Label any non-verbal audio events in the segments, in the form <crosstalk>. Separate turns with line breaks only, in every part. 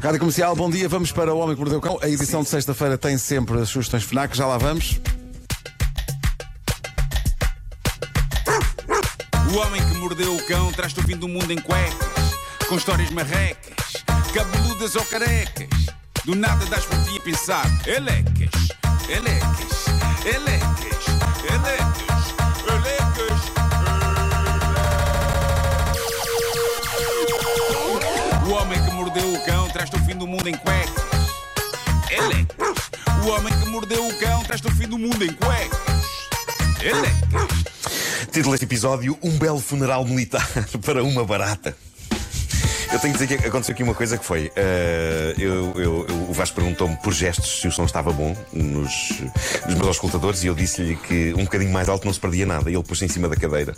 Rádio Comercial, bom dia. Vamos para O Homem que Mordeu o Cão. A edição de sexta-feira tem sempre as sugestões FNAC. Já lá vamos.
O homem que mordeu o cão traz-te o fim do mundo em cuecas, com histórias marrecas, cabeludas ou carecas. Do nada das por ti a pensar, elecas, elecas, elecas, elecas, elecas. O homem que mordeu o cão traz-te o fim do mundo em cuecas, elecas. O homem que mordeu o cão traz-te o fim do mundo em cuecas, elecas.
Título deste episódio: Um belo funeral militar <laughs> para uma barata. Eu tenho que dizer que aconteceu aqui uma coisa que foi. eh, eu, eu- eu- o Vasco perguntou-me por gestos se o som estava bom nos, nos meus auscultadores e eu disse-lhe que um bocadinho mais alto não se perdia nada. E ele pôs-se em cima da cadeira.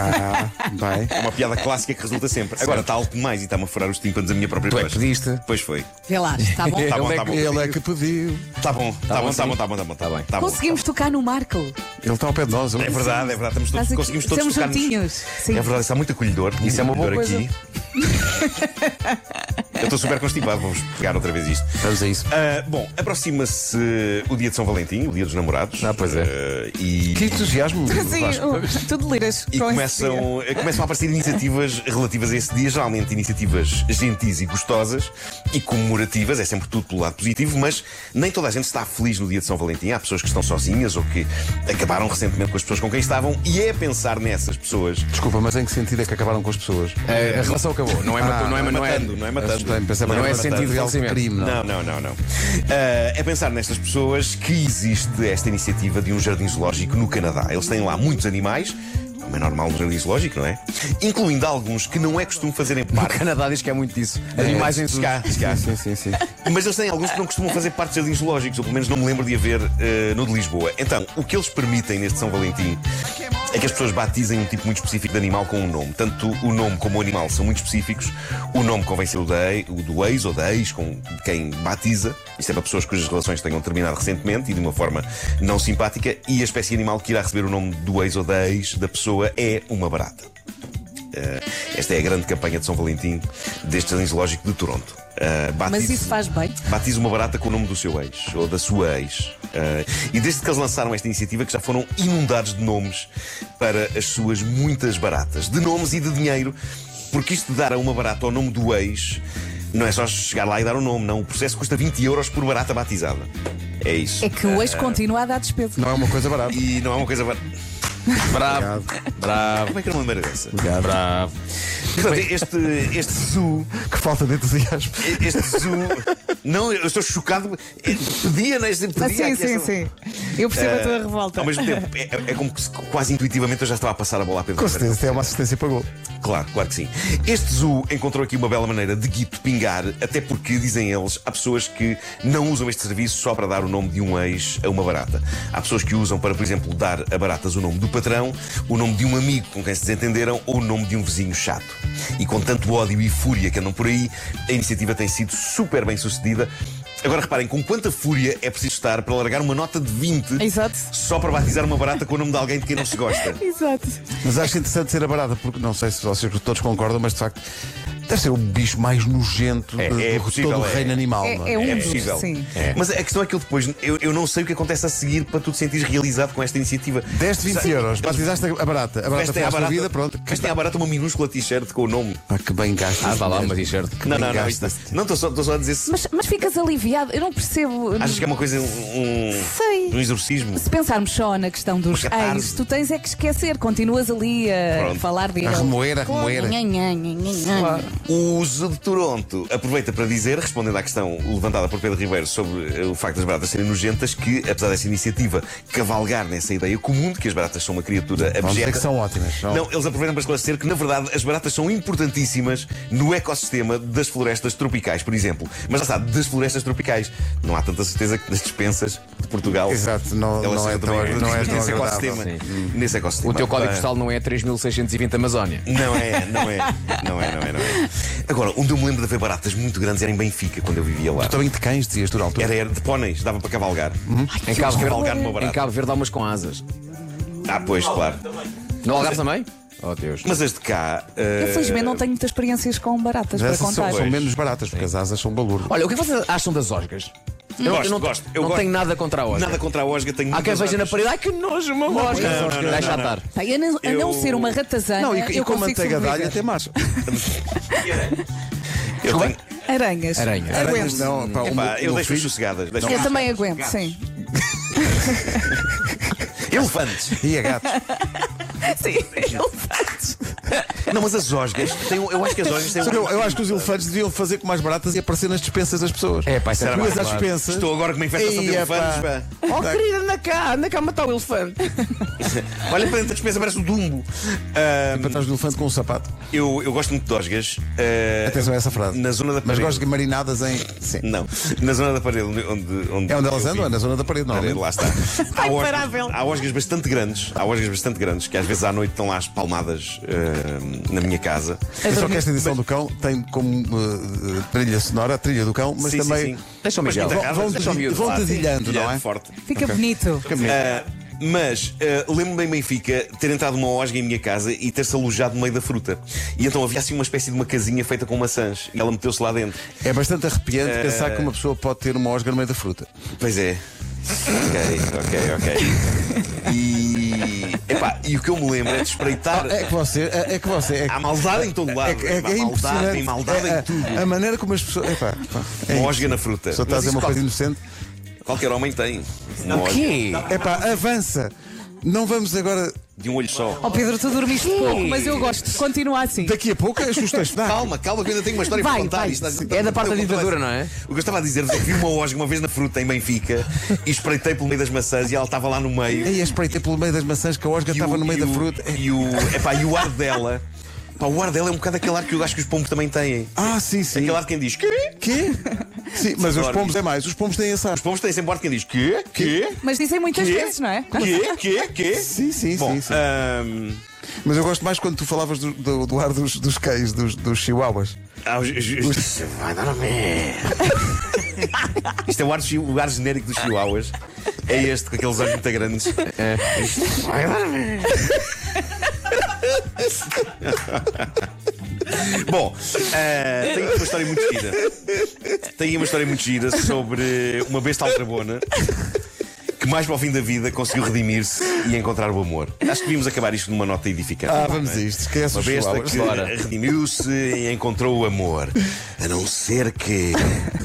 Ah,
<laughs>
bem.
Tá
É uma piada clássica que resulta sempre. Agora está alto demais e está-me a furar os tímpanos a minha própria
Tu é
voz.
que pediste.
Pois foi.
Vê lá, está bom.
<laughs> Tá bom,
ele é
tá bom.
que-
Ele é que pediu.
Está bom, está bom,
bom,
está
sim.
bom, está bom, está bom. Tá bom, tá bom.
Conseguimos tocar no Marco.
Ele está ao pé de nós.
É verdade, é verdade. Estamos
Estás
todos,
aqui-
conseguimos todos
estamos
tocar-nos.
juntinhos. Sim.
É verdade, isso é muito acolhedor. Isso é uma boa
coisa.
aqui. <laughs> Eu estou super constipado, vamos pegar outra vez isto.
Vamos a isso.
Ah, bom, aproxima-se o dia de São Valentim, o dia dos namorados.
Ah, pois é.
Ah, e
Que entusiasmo.
Sim,
Vasco.
o- tu deliras
é e
com esse dia.
começam, começam a aparecer iniciativas relativas a esse dia, geralmente iniciativas gentis e gostosas e comemorativas, é sempre tudo pelo lado positivo, mas nem toda a gente está feliz no dia de São Valentim. Há pessoas que estão sozinhas ou que acabaram recentemente com as pessoas com quem estavam, e é pensar nessas pessoas.
Desculpa, mas em que sentido é que acabaram com as pessoas? Ah,
a relação acabou. Não é, matu- não é, não é-
matando, não é matando.
Assustei-me, pensei,
Não
mas
é
matando.
sentido de
Real
falecimento.
crime, não.
Não, não, não, não. Ah, é pensar nestas pessoas que existe esta iniciativa de um jardim zoológico no Canadá. Eles têm lá muitos animais, como é normal no jardim zoológico, não é? Incluindo alguns que não é costume fazerem
O
parte.
Canadá diz que é muito disso. Animais em
cá, cá.
Sim, sim, sim.
Mas eles têm alguns que não costumam fazer parte de jardins zoológicos, ou pelo menos não me lembro de haver eh, no de Lisboa. Então, o que eles permitem neste São Valentim é que as pessoas batizem um tipo muito específico de animal com um nome. Tanto o nome como o animal são muito específicos. O nome convém ser o, da- o do ex ou da ex com de quem batiza. Isto é para pessoas cujas relações tenham terminado recentemente e de uma forma não simpática. E a espécie animal que irá receber o nome do ex ou da ex da pessoa é uma barata. Eh, esta é a grande campanha de São Valentim deste jardim zoológico de Toronto. Eh,
Mas
batize-
isso faz bem.
Batiza uma barata com o nome do seu ex ou da sua ex. Ah, e desde que eles lançaram esta iniciativa, que já foram inundados de nomes para as suas muitas baratas, de nomes e de dinheiro, porque isto de dar a uma barata ao nome do ex não é só chegar lá e dar o nome, não. O processo custa 20 euros por barata batizada. É isso.
É que o ex continua a dar despesa.
Não é uma coisa
<laughs>
barata.
E não é uma coisa. bar-
Bravo. Bravo.
Como é que era uma maneira dessa?
Bravo.
Portanto, este, este zoo
Que falta de entusiasmo.
Este zoo. Não, eu estou chocado. Pedia, não é? Pedia
Ah, sim,
aqui
sim,
esta-
sim. Eu percebo a tua revolta.
Ao mesmo
<laughs>
tempo, é, é como que se- quase intuitivamente eu já estava a passar a bola a Pedro
Com
Fernandes.
certeza, tem uma assistência para gol.
Claro, claro que sim. Este zoo encontrou aqui uma bela maneira de guito pingar, até porque, dizem eles, há pessoas que não usam este serviço só para dar o nome de um ex a uma barata. Há pessoas que usam para, por exemplo, dar a baratas o nome do patrão, o nome de um amigo com quem se desentenderam ou o nome de um vizinho chato. E com tanto ódio e fúria que andam por aí, a iniciativa tem sido super bem sucedida. Agora reparem, com quanta fúria é preciso estar para largar uma nota de 20
Exato.
só para batizar uma barata com o nome de alguém de quem não se gosta.
Exato.
Mas acho interessante ser a barata, porque não sei se vocês todos concordam, mas de facto deve ser o bicho mais nojento
É,
de,
é
de
possível,
todo o
é.
reino animal. não
É, é um dos, sim.
Mas a questão é que eu depois, eu, eu não sei o que acontece a seguir para tu te sentires realizado com esta iniciativa.
Deste 20
Sei-
euros, batizaste a barata. A barata
Vestem
foi
à
à sua
barata-
vida, pronto.
Vestem à barata uma minúscula t-shirt com o nome.
Pá, que bem gastas.
Ah, vá lá uma
mesmo.
t-shirt.
Que
é Não,
bem
não, não. isto-
gastas.
Não, estou só, estou só a dizer se.
Mas, mas ficas aliviado. Eu não percebo.
Achas que é uma coisa. Um,
Sei.
um exorcismo?
Se pensarmos só na questão dos
Porque é
ex,
tarde.
tu tens é que esquecer. Continuas ali a
Pronto.
falar dele.
A remoer, a
Claro.
remoer.
Nhan, nhan, nhan, nhan.
O uso de Toronto aproveita para dizer, respondendo à questão levantada por Pedro Ribeiro sobre eh, o facto das baratas serem nojentas, que apesar dessa iniciativa cavalgar nessa ideia comum de que as baratas são uma criatura
Vamos dizer
abjeta,
que são ótimas. são-
Não, eles aproveitam para esclarecer que, na verdade, as baratas são importantíssimas no ecossistema das florestas tropicais, por exemplo. Mas lá está, das florestas tropicais. Não há tanta certeza que nas dispensas de Portugal.
Exato, não-
elas
não
sejam
é tão-
também
não é
importantes
tão
nesse
agradável,
ecossistema. Nesse ecossistema.
O teu código
Ah,
postal não é 3620 Amazónia.
Não é, não é, não é, não é, não é. Agora, onde eu me lembro de haver baratas muito grandes era em Benfica, quando eu vivia lá.
Também de cães, dizias tu na altura.
Era, era de póneis, dava para cavalgar.
Uhum.
Em Cabo,
cavalgar numa
Verde,
barata.
em Cabo Verde há umas com asas.
Ah, pois, claro.
No Algarve também? Oh, Deus.
Mas as de cá.
Eu
eh,
felizmente não tenho muitas experiências com baratas para
Essas são,
contar.
são menos baratas, porque as asas são balurdo.
Olha, o que é que vocês acham das osgas? Eu,
Gosto,
eu não,
gosto. Eu
não
gosto.
tenho nada contra a osga.
Nada contra a Osga, tenho
Há quem
muitas
veja na
aspas.
parede, ai que nojo, uma osga.
não, não, não,
Deixa
não,
estar.
Pá, eu não- a não
Eu-
ser uma ratazana,
Não, e, e
eu
com
consigo
manteiga de alho
sobreviver.
até marcha.
Eu tenho.
Aranhas.
Aranhas.
Aguento.
Não, é? pá, o meu-
Epá,
o
eu
meu <laughs>
deixo-as
filho-
sossegadas. deixo-as
Eu também
sossegadas.
aguento, sim. <laughs>
Elefantes.
E a gatos.
Sim, elefantes.
Não, mas as osgas, têm um- eu acho que as osgas têm
Só
um.
que eu, eu acho que os elefantes deviam fazer com mais baratas e aparecer nas despensas das pessoas.
É, pá, isso era
Duas
mais
às
claro.
despensas.
Estou agora com uma infestação de
Ia,
elefantes.
pá.
pá.
Oh, querida, anda cá, anda cá matar o elefante.
Olha para dentro da despesa, parece um dumbo. Ah,
Para trás do elefante com um sapato.
eu, eu gosto muito de osgas. ah,
Atenção a essa frase.
Na zona da
Mas
parede.
gosto de marinadas em. Sim.
Não, na zona da parede, onde. onde, onde
É onde elas
eu
andam, é
vivo.
na zona da parede, não.
Olha,
é?
Lá
<laughs>
está. Há osgas, há osgas bastante grandes, há osgas bastante grandes, que às vezes à noite estão lá as palmadas ah, na minha casa.
Eu só que esta edição do cão tem como eh, trilha sonora a trilha do cão, mas
Sim, sim,
também
sim.
Deixa o
Mas
Miguel.
guitarradas,
vão,
deixa o
vão,
miúdo
vão
lá.
dedilhando, não é?
Dedilhando forte.
Fica bonito.
Fica bonito.
Ah, mas ah, lembro-me bem Benfica ter entrado uma osga em minha casa e ter-se alojado no meio da fruta. E então havia assim uma espécie de uma casinha feita com maçãs e ela meteu-se lá dentro.
É bastante arrepiante pensar que uma pessoa pode ter uma osga no meio da fruta.
Pois é. Ok, ok, ok. E. Epá, e o que eu me lembro é de espreitar.
É que você, é, é que você, é que-
Há maldade em todo lado.
é, que- é, que é
Há maldade,
impressionante É,
tem maldade
a,
em tudo.
a maneira como as pessoas. Epá, pá, é
Uma
isso.
osga na fruta.
Só estás a dizer uma coisa inocente.
Qualquer homem tem. Uma
O
osga.
quê?
Epá, avança. Não vamos agora.
De um olho só.
Oh Pedro, tu dormiste pouco, mas eu gosto. Continua assim.
Daqui a pouco é as sugestões FNAC.
<laughs> Calma, calma, que eu ainda tenho uma história
Vai,
para contar.
vai.
Isto está-
É da parte da
Eu vou
ditadura,
falar-
não é?
O que eu estava a dizer é que vi uma osga uma vez na fruta em Benfica e espreitei pelo meio das maçãs e ela estava lá no meio.
Aí a espreita pelo meio das maçãs que a osga
E o-
estava no meio
e
da
o-
fruta. É-
E o, epá, e o ar dela. Pá, o ar dela é um bocado aquele ar que eu acho que os pombos também têm.
Ah, sim, sim.
Aquele ar de quem diz que?
Quê? Sim, mas os
Adoro.
pombos é mais. Os pombos têm esse ar.
Os pombos têm sempre ar de quem diz que? Que?
Mas dizem muitas
Que?
vezes, não é?
Que? Que? Que?
Sim, sim,
Bom,
sim, sim.
ahm,
Mas eu gosto mais quando tu falavas do, do- do ar dos, dos cães, dos, dos chihuahuas.
Ah, os- os- os- Você vai dar a merda. Isto é o ar, chi- o ar genérico dos chihuahuas. É este, com aqueles olhos muito grandes. Isto vai dar a merda. Bom, ah, tenho aqui uma história muito gira. Tenho aqui uma história muito gira sobre uma besta altrabona que, mais para o fim da vida, conseguiu redimir-se e encontrar o amor. Acho que devíamos acabar isto numa nota edificante.
Ah, vamos a isto. Esquece
Uma
os
besta
chihuahuas.
que redimiu-se e encontrou o amor. A não ser que.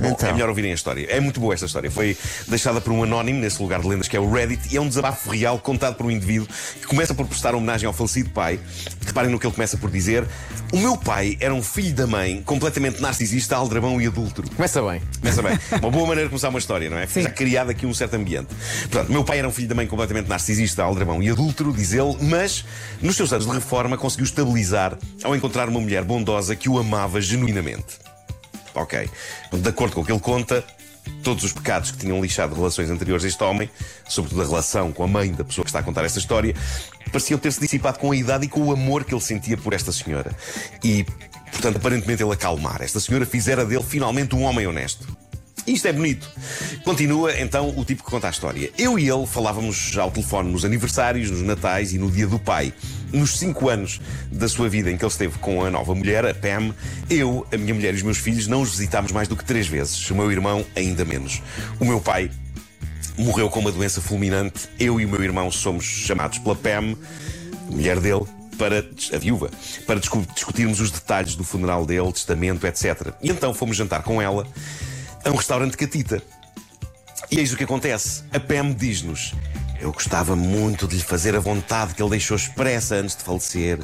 Bom, É melhor ouvirem a história. É muito boa esta história. Foi deixada por um anónimo nesse lugar de lendas que é o Reddit e é um desabafo real contado por um indivíduo que começa por prestar homenagem ao falecido pai. Reparem no que ele começa por dizer: O meu pai era um filho da mãe completamente narcisista, aldrabão e adúltero.
Começa bem.
Pensa bem, uma boa maneira de começar uma história, não é? Já criado aqui um certo ambiente. Portanto, meu pai era um filho da mãe completamente narcisista, aldrabão e adúltero, diz ele, mas nos seus anos de reforma conseguiu estabilizar ao encontrar uma mulher bondosa que o amava genuinamente. Ok. De acordo com o que ele conta, todos os pecados que tinham lixado relações anteriores a este homem, sobretudo a relação com a mãe da pessoa que está a contar esta história, pareciam ter-se dissipado com a idade e com o amor que ele sentia por esta senhora. E, portanto, aparentemente ele acalmar. Esta senhora fizera dele finalmente um homem honesto. Isto é bonito. Continua então o tipo que conta a história. Eu e ele falávamos ao telefone nos aniversários, nos natais e no dia do pai. Nos cinco anos da sua vida em que ele esteve com a nova mulher, a Pam, eu, a minha mulher e os meus filhos não os visitámos mais do que três vezes. O meu irmão, ainda menos. O meu pai morreu com uma doença fulminante. Eu e o meu irmão somos chamados pela Pam, mulher dele, para a viúva, para discu- discutirmos os detalhes do funeral dele, testamento, etc. E então fomos jantar com ela a um restaurante catita. E eis o que acontece. A Pam diz-nos: Eu gostava muito de lhe fazer a vontade que ele deixou expressa antes de falecer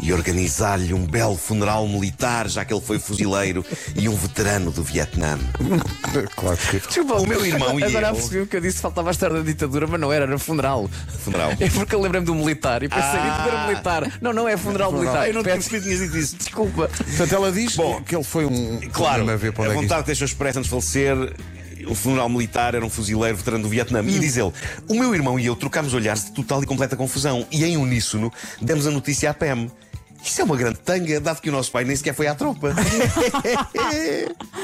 e organizar-lhe um belo funeral militar, já que ele foi fuzileiro e um veterano do Vietnã.
Claro que.
Desculpa,
O meu irmão e
Agora
eu.
percebi o que eu disse, faltava a história da ditadura, mas não era, era funeral.
Funeral.
É porque eu lembrei-me do militar e pensei,
Ah.
ditadura militar. Não, não é funeral militar.
Eu não tinha
Peço
percebido que tinhas dito isso.
desculpa.
Portanto, ela diz
Bom,
que ele foi um.
Claro,
Vamos ver para
a
onde é que isto-
vontade que deixou expressa antes de falecer. O funeral militar era um fuzileiro veterano do Vietnã.
Hum.
E diz ele: O meu irmão e eu trocámos olhares de total e completa confusão. E em uníssono demos a notícia à PEM. Isso é uma grande tanga, dado que o nosso pai nem sequer foi à
<laughs>
tropa.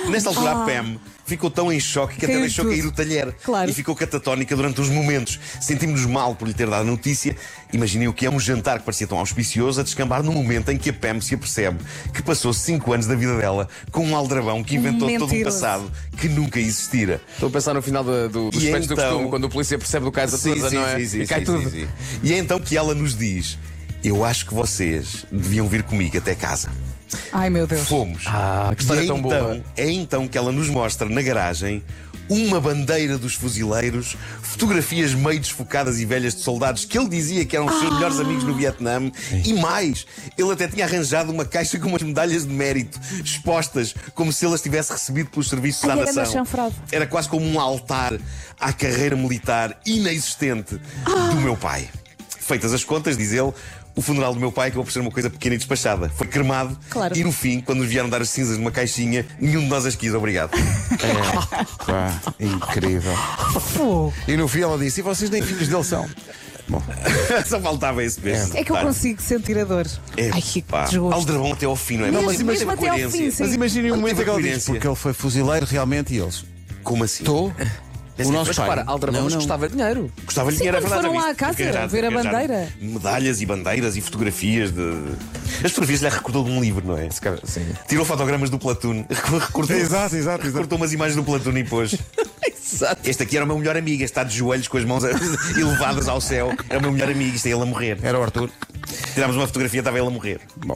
Nesta altura, a Pam ficou tão em choque que até
Caiu
deixou
tudo.
cair o talher.
Claro.
E ficou catatónica durante uns momentos. Sentimos-nos mal por lhe ter dado a notícia. Imaginei o que é um jantar que parecia tão auspicioso a descambar no momento em que a Pam se apercebe que passou cinco anos da vida dela com um aldrabão que inventou todo um
mentiroso.
passado que nunca existira.
Estou a pensar no final da- do, dos
E
feitos do
então-
costume, quando o polícia percebe o caso
Sim,
da toda,
sim,
não é?
sim, sim,
e cai
sim,
tudo.
sim, sim. E é então que ela nos diz: Eu acho que vocês deviam vir comigo até casa.
Ai, meu Deus.
Fomos.
Ah, que história
E é
tão boa.
então, É então que ela nos mostra na garagem uma bandeira dos fuzileiros, fotografias meio desfocadas e velhas de soldados que ele dizia que eram os seus
Ah.
melhores amigos no Vietnã e mais, ele até tinha arranjado uma caixa com umas medalhas de mérito expostas como se ele as tivesse recebido pelos serviços da
Ai, era
nação.
na chanfrada.
Era quase como um altar à carreira militar inexistente do meu pai. Feitas as contas, diz ele, o funeral do meu pai acabou por ser uma coisa pequena e despachada. Foi cremado
Claro.
e no fim, quando nos vieram dar as cinzas numa caixinha, nenhum de nós as quis, obrigado. <laughs>
É, pá, incrível.
Fogo.
E no fim ela disse: E vocês nem filhos dele são? Bom,
Só faltava esse beijo.
É que eu
Pá,
consigo sentir a dor.
É,
Ai, que
pá,
desgosto.
Aldrabão até ao fim, não é?
Mesmo-
Mas imagina
mesmo
a
até ao fim,
coerência.
sim.
mas imaginem o
Ele
momento em
teve
que ela diz:
coerência.
Porque ele foi fuzileiro realmente e eles.
Como assim? é
Estou? O nosso
Mas
pai.
repara, Aldrabão
Não,
nos
não.
custava dinheiro.
Gostava de
Sim,
dinheiro, é
quando
verdade.
foram
é
lá
isso.
à casa
Porque arranjaram-
ver a
arranjaram
bandeira.
Medalhas e bandeiras e fotografias de. As fotografias lhe recordou de um livro, não é?
sim.
Tirou fotogramas do Platoon. <laughs> Recordou,
Exato, exato, exato.
Recordou umas imagens do Platoon e pôs.
Exato.
Este aqui era o meu melhor amigo, está de joelhos com as mãos <laughs> elevadas ao céu. Era o meu melhor amigo, isto é ele a morrer.
Era o Arthur.
Tirámos uma fotografia, estava ele a morrer.
Bom.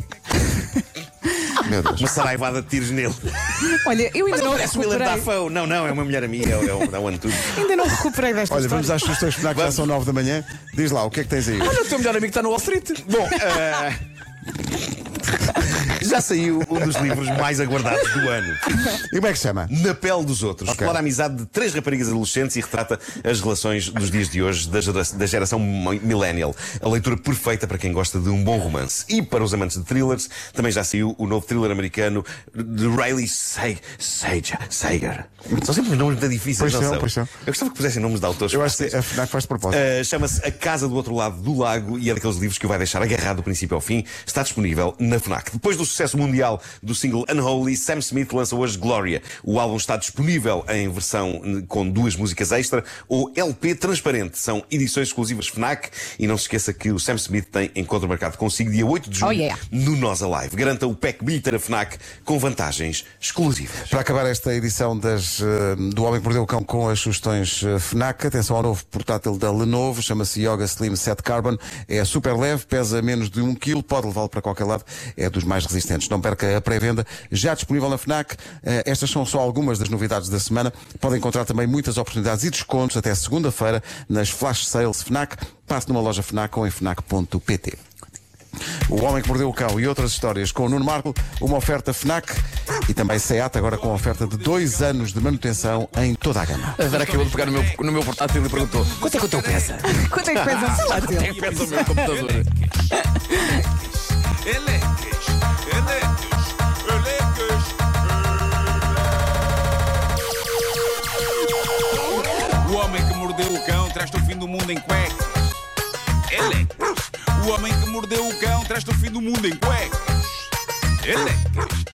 Meu Deus.
Uma saraivada de tiros
<laughs>
nele. É
Olha, eu ainda não
Parece o Willem
recuperei.
Dafoe. Não, não, é uma mulher amiga, é o, é o, é o Antunes.
Ainda não recuperei desta
Olha,
história.
vamos às sugestões finais que já são 9 da manhã. Diz lá, o que é que tens aí?
Olha, o teu melhor amigo está no Wall Street.
Bom, eh, <laughs> já saiu um dos livros mais aguardados do ano.
E como é que se chama?
Na pele dos outros.
Ok.
Explora a amizade de três raparigas adolescentes e retrata as relações dos dias de hoje da, gera- da geração mi- millennial. A leitura perfeita para quem gosta de um bom romance. E para os amantes de thrillers, também já saiu o novo thriller americano de Riley Sa- Sager. Sager. São sempre os nomes muito difíceis,
Pois
não
são,
são?
pois são.
Eu gostava que pusessem nomes de autores.
Eu acho que
fáceis.
a FNAC faz de propósito.
Uh, Chama-se A Casa do Outro Lado do Lago e é daqueles livros que o vai deixar agarrado do princípio ao fim. Está disponível na Fnac. Depois do sucesso mundial do single Unholy, Sam Smith lança hoje Glória. O álbum está disponível em versão eh, com duas músicas extra ou LP transparente. São edições exclusivas Fnac e não se esqueça que o Sam Smith tem encontro marcado consigo dia 8 de julho
Oh, yeah.
no Nós Alive. Garanta o pack bilheteira Fnac com vantagens exclusivas.
Para acabar esta edição das, eh, do Homem que Mordeu o Cão com as sugestões eh, FNAC, atenção ao novo portátil da Lenovo, chama-se Yoga Slim 7 Carbon, é super leve, pesa menos de 1 kg, pode levá-lo para qualquer lado, é dos mais resistentes. Não perca a pré-venda, já disponível na FNAC. Eh, Estas são só algumas das novidades da semana. Podem encontrar também muitas oportunidades e descontos até segunda-feira nas flash sales FNAC. Passe numa loja FNAC ou em FNAC.pt. O Homem que Mordeu o Cão e outras histórias com o Nuno Marco, uma oferta FNAC e também SEAT, agora com a oferta de dois anos de manutenção em toda a gama.
A Vera acabou de pegar no meu, no meu portátil e perguntou: quanto é que o teu pesa?
Quanto é que pesa um salário?
Quanto é que pesa o meu computador?
Eleques, eleques, eleques. O homem que mordeu o cão traz-te o fim do mundo em cuecas. Eleques. O homem que mordeu o cão traz-te o fim do mundo em cuecas. Eleques,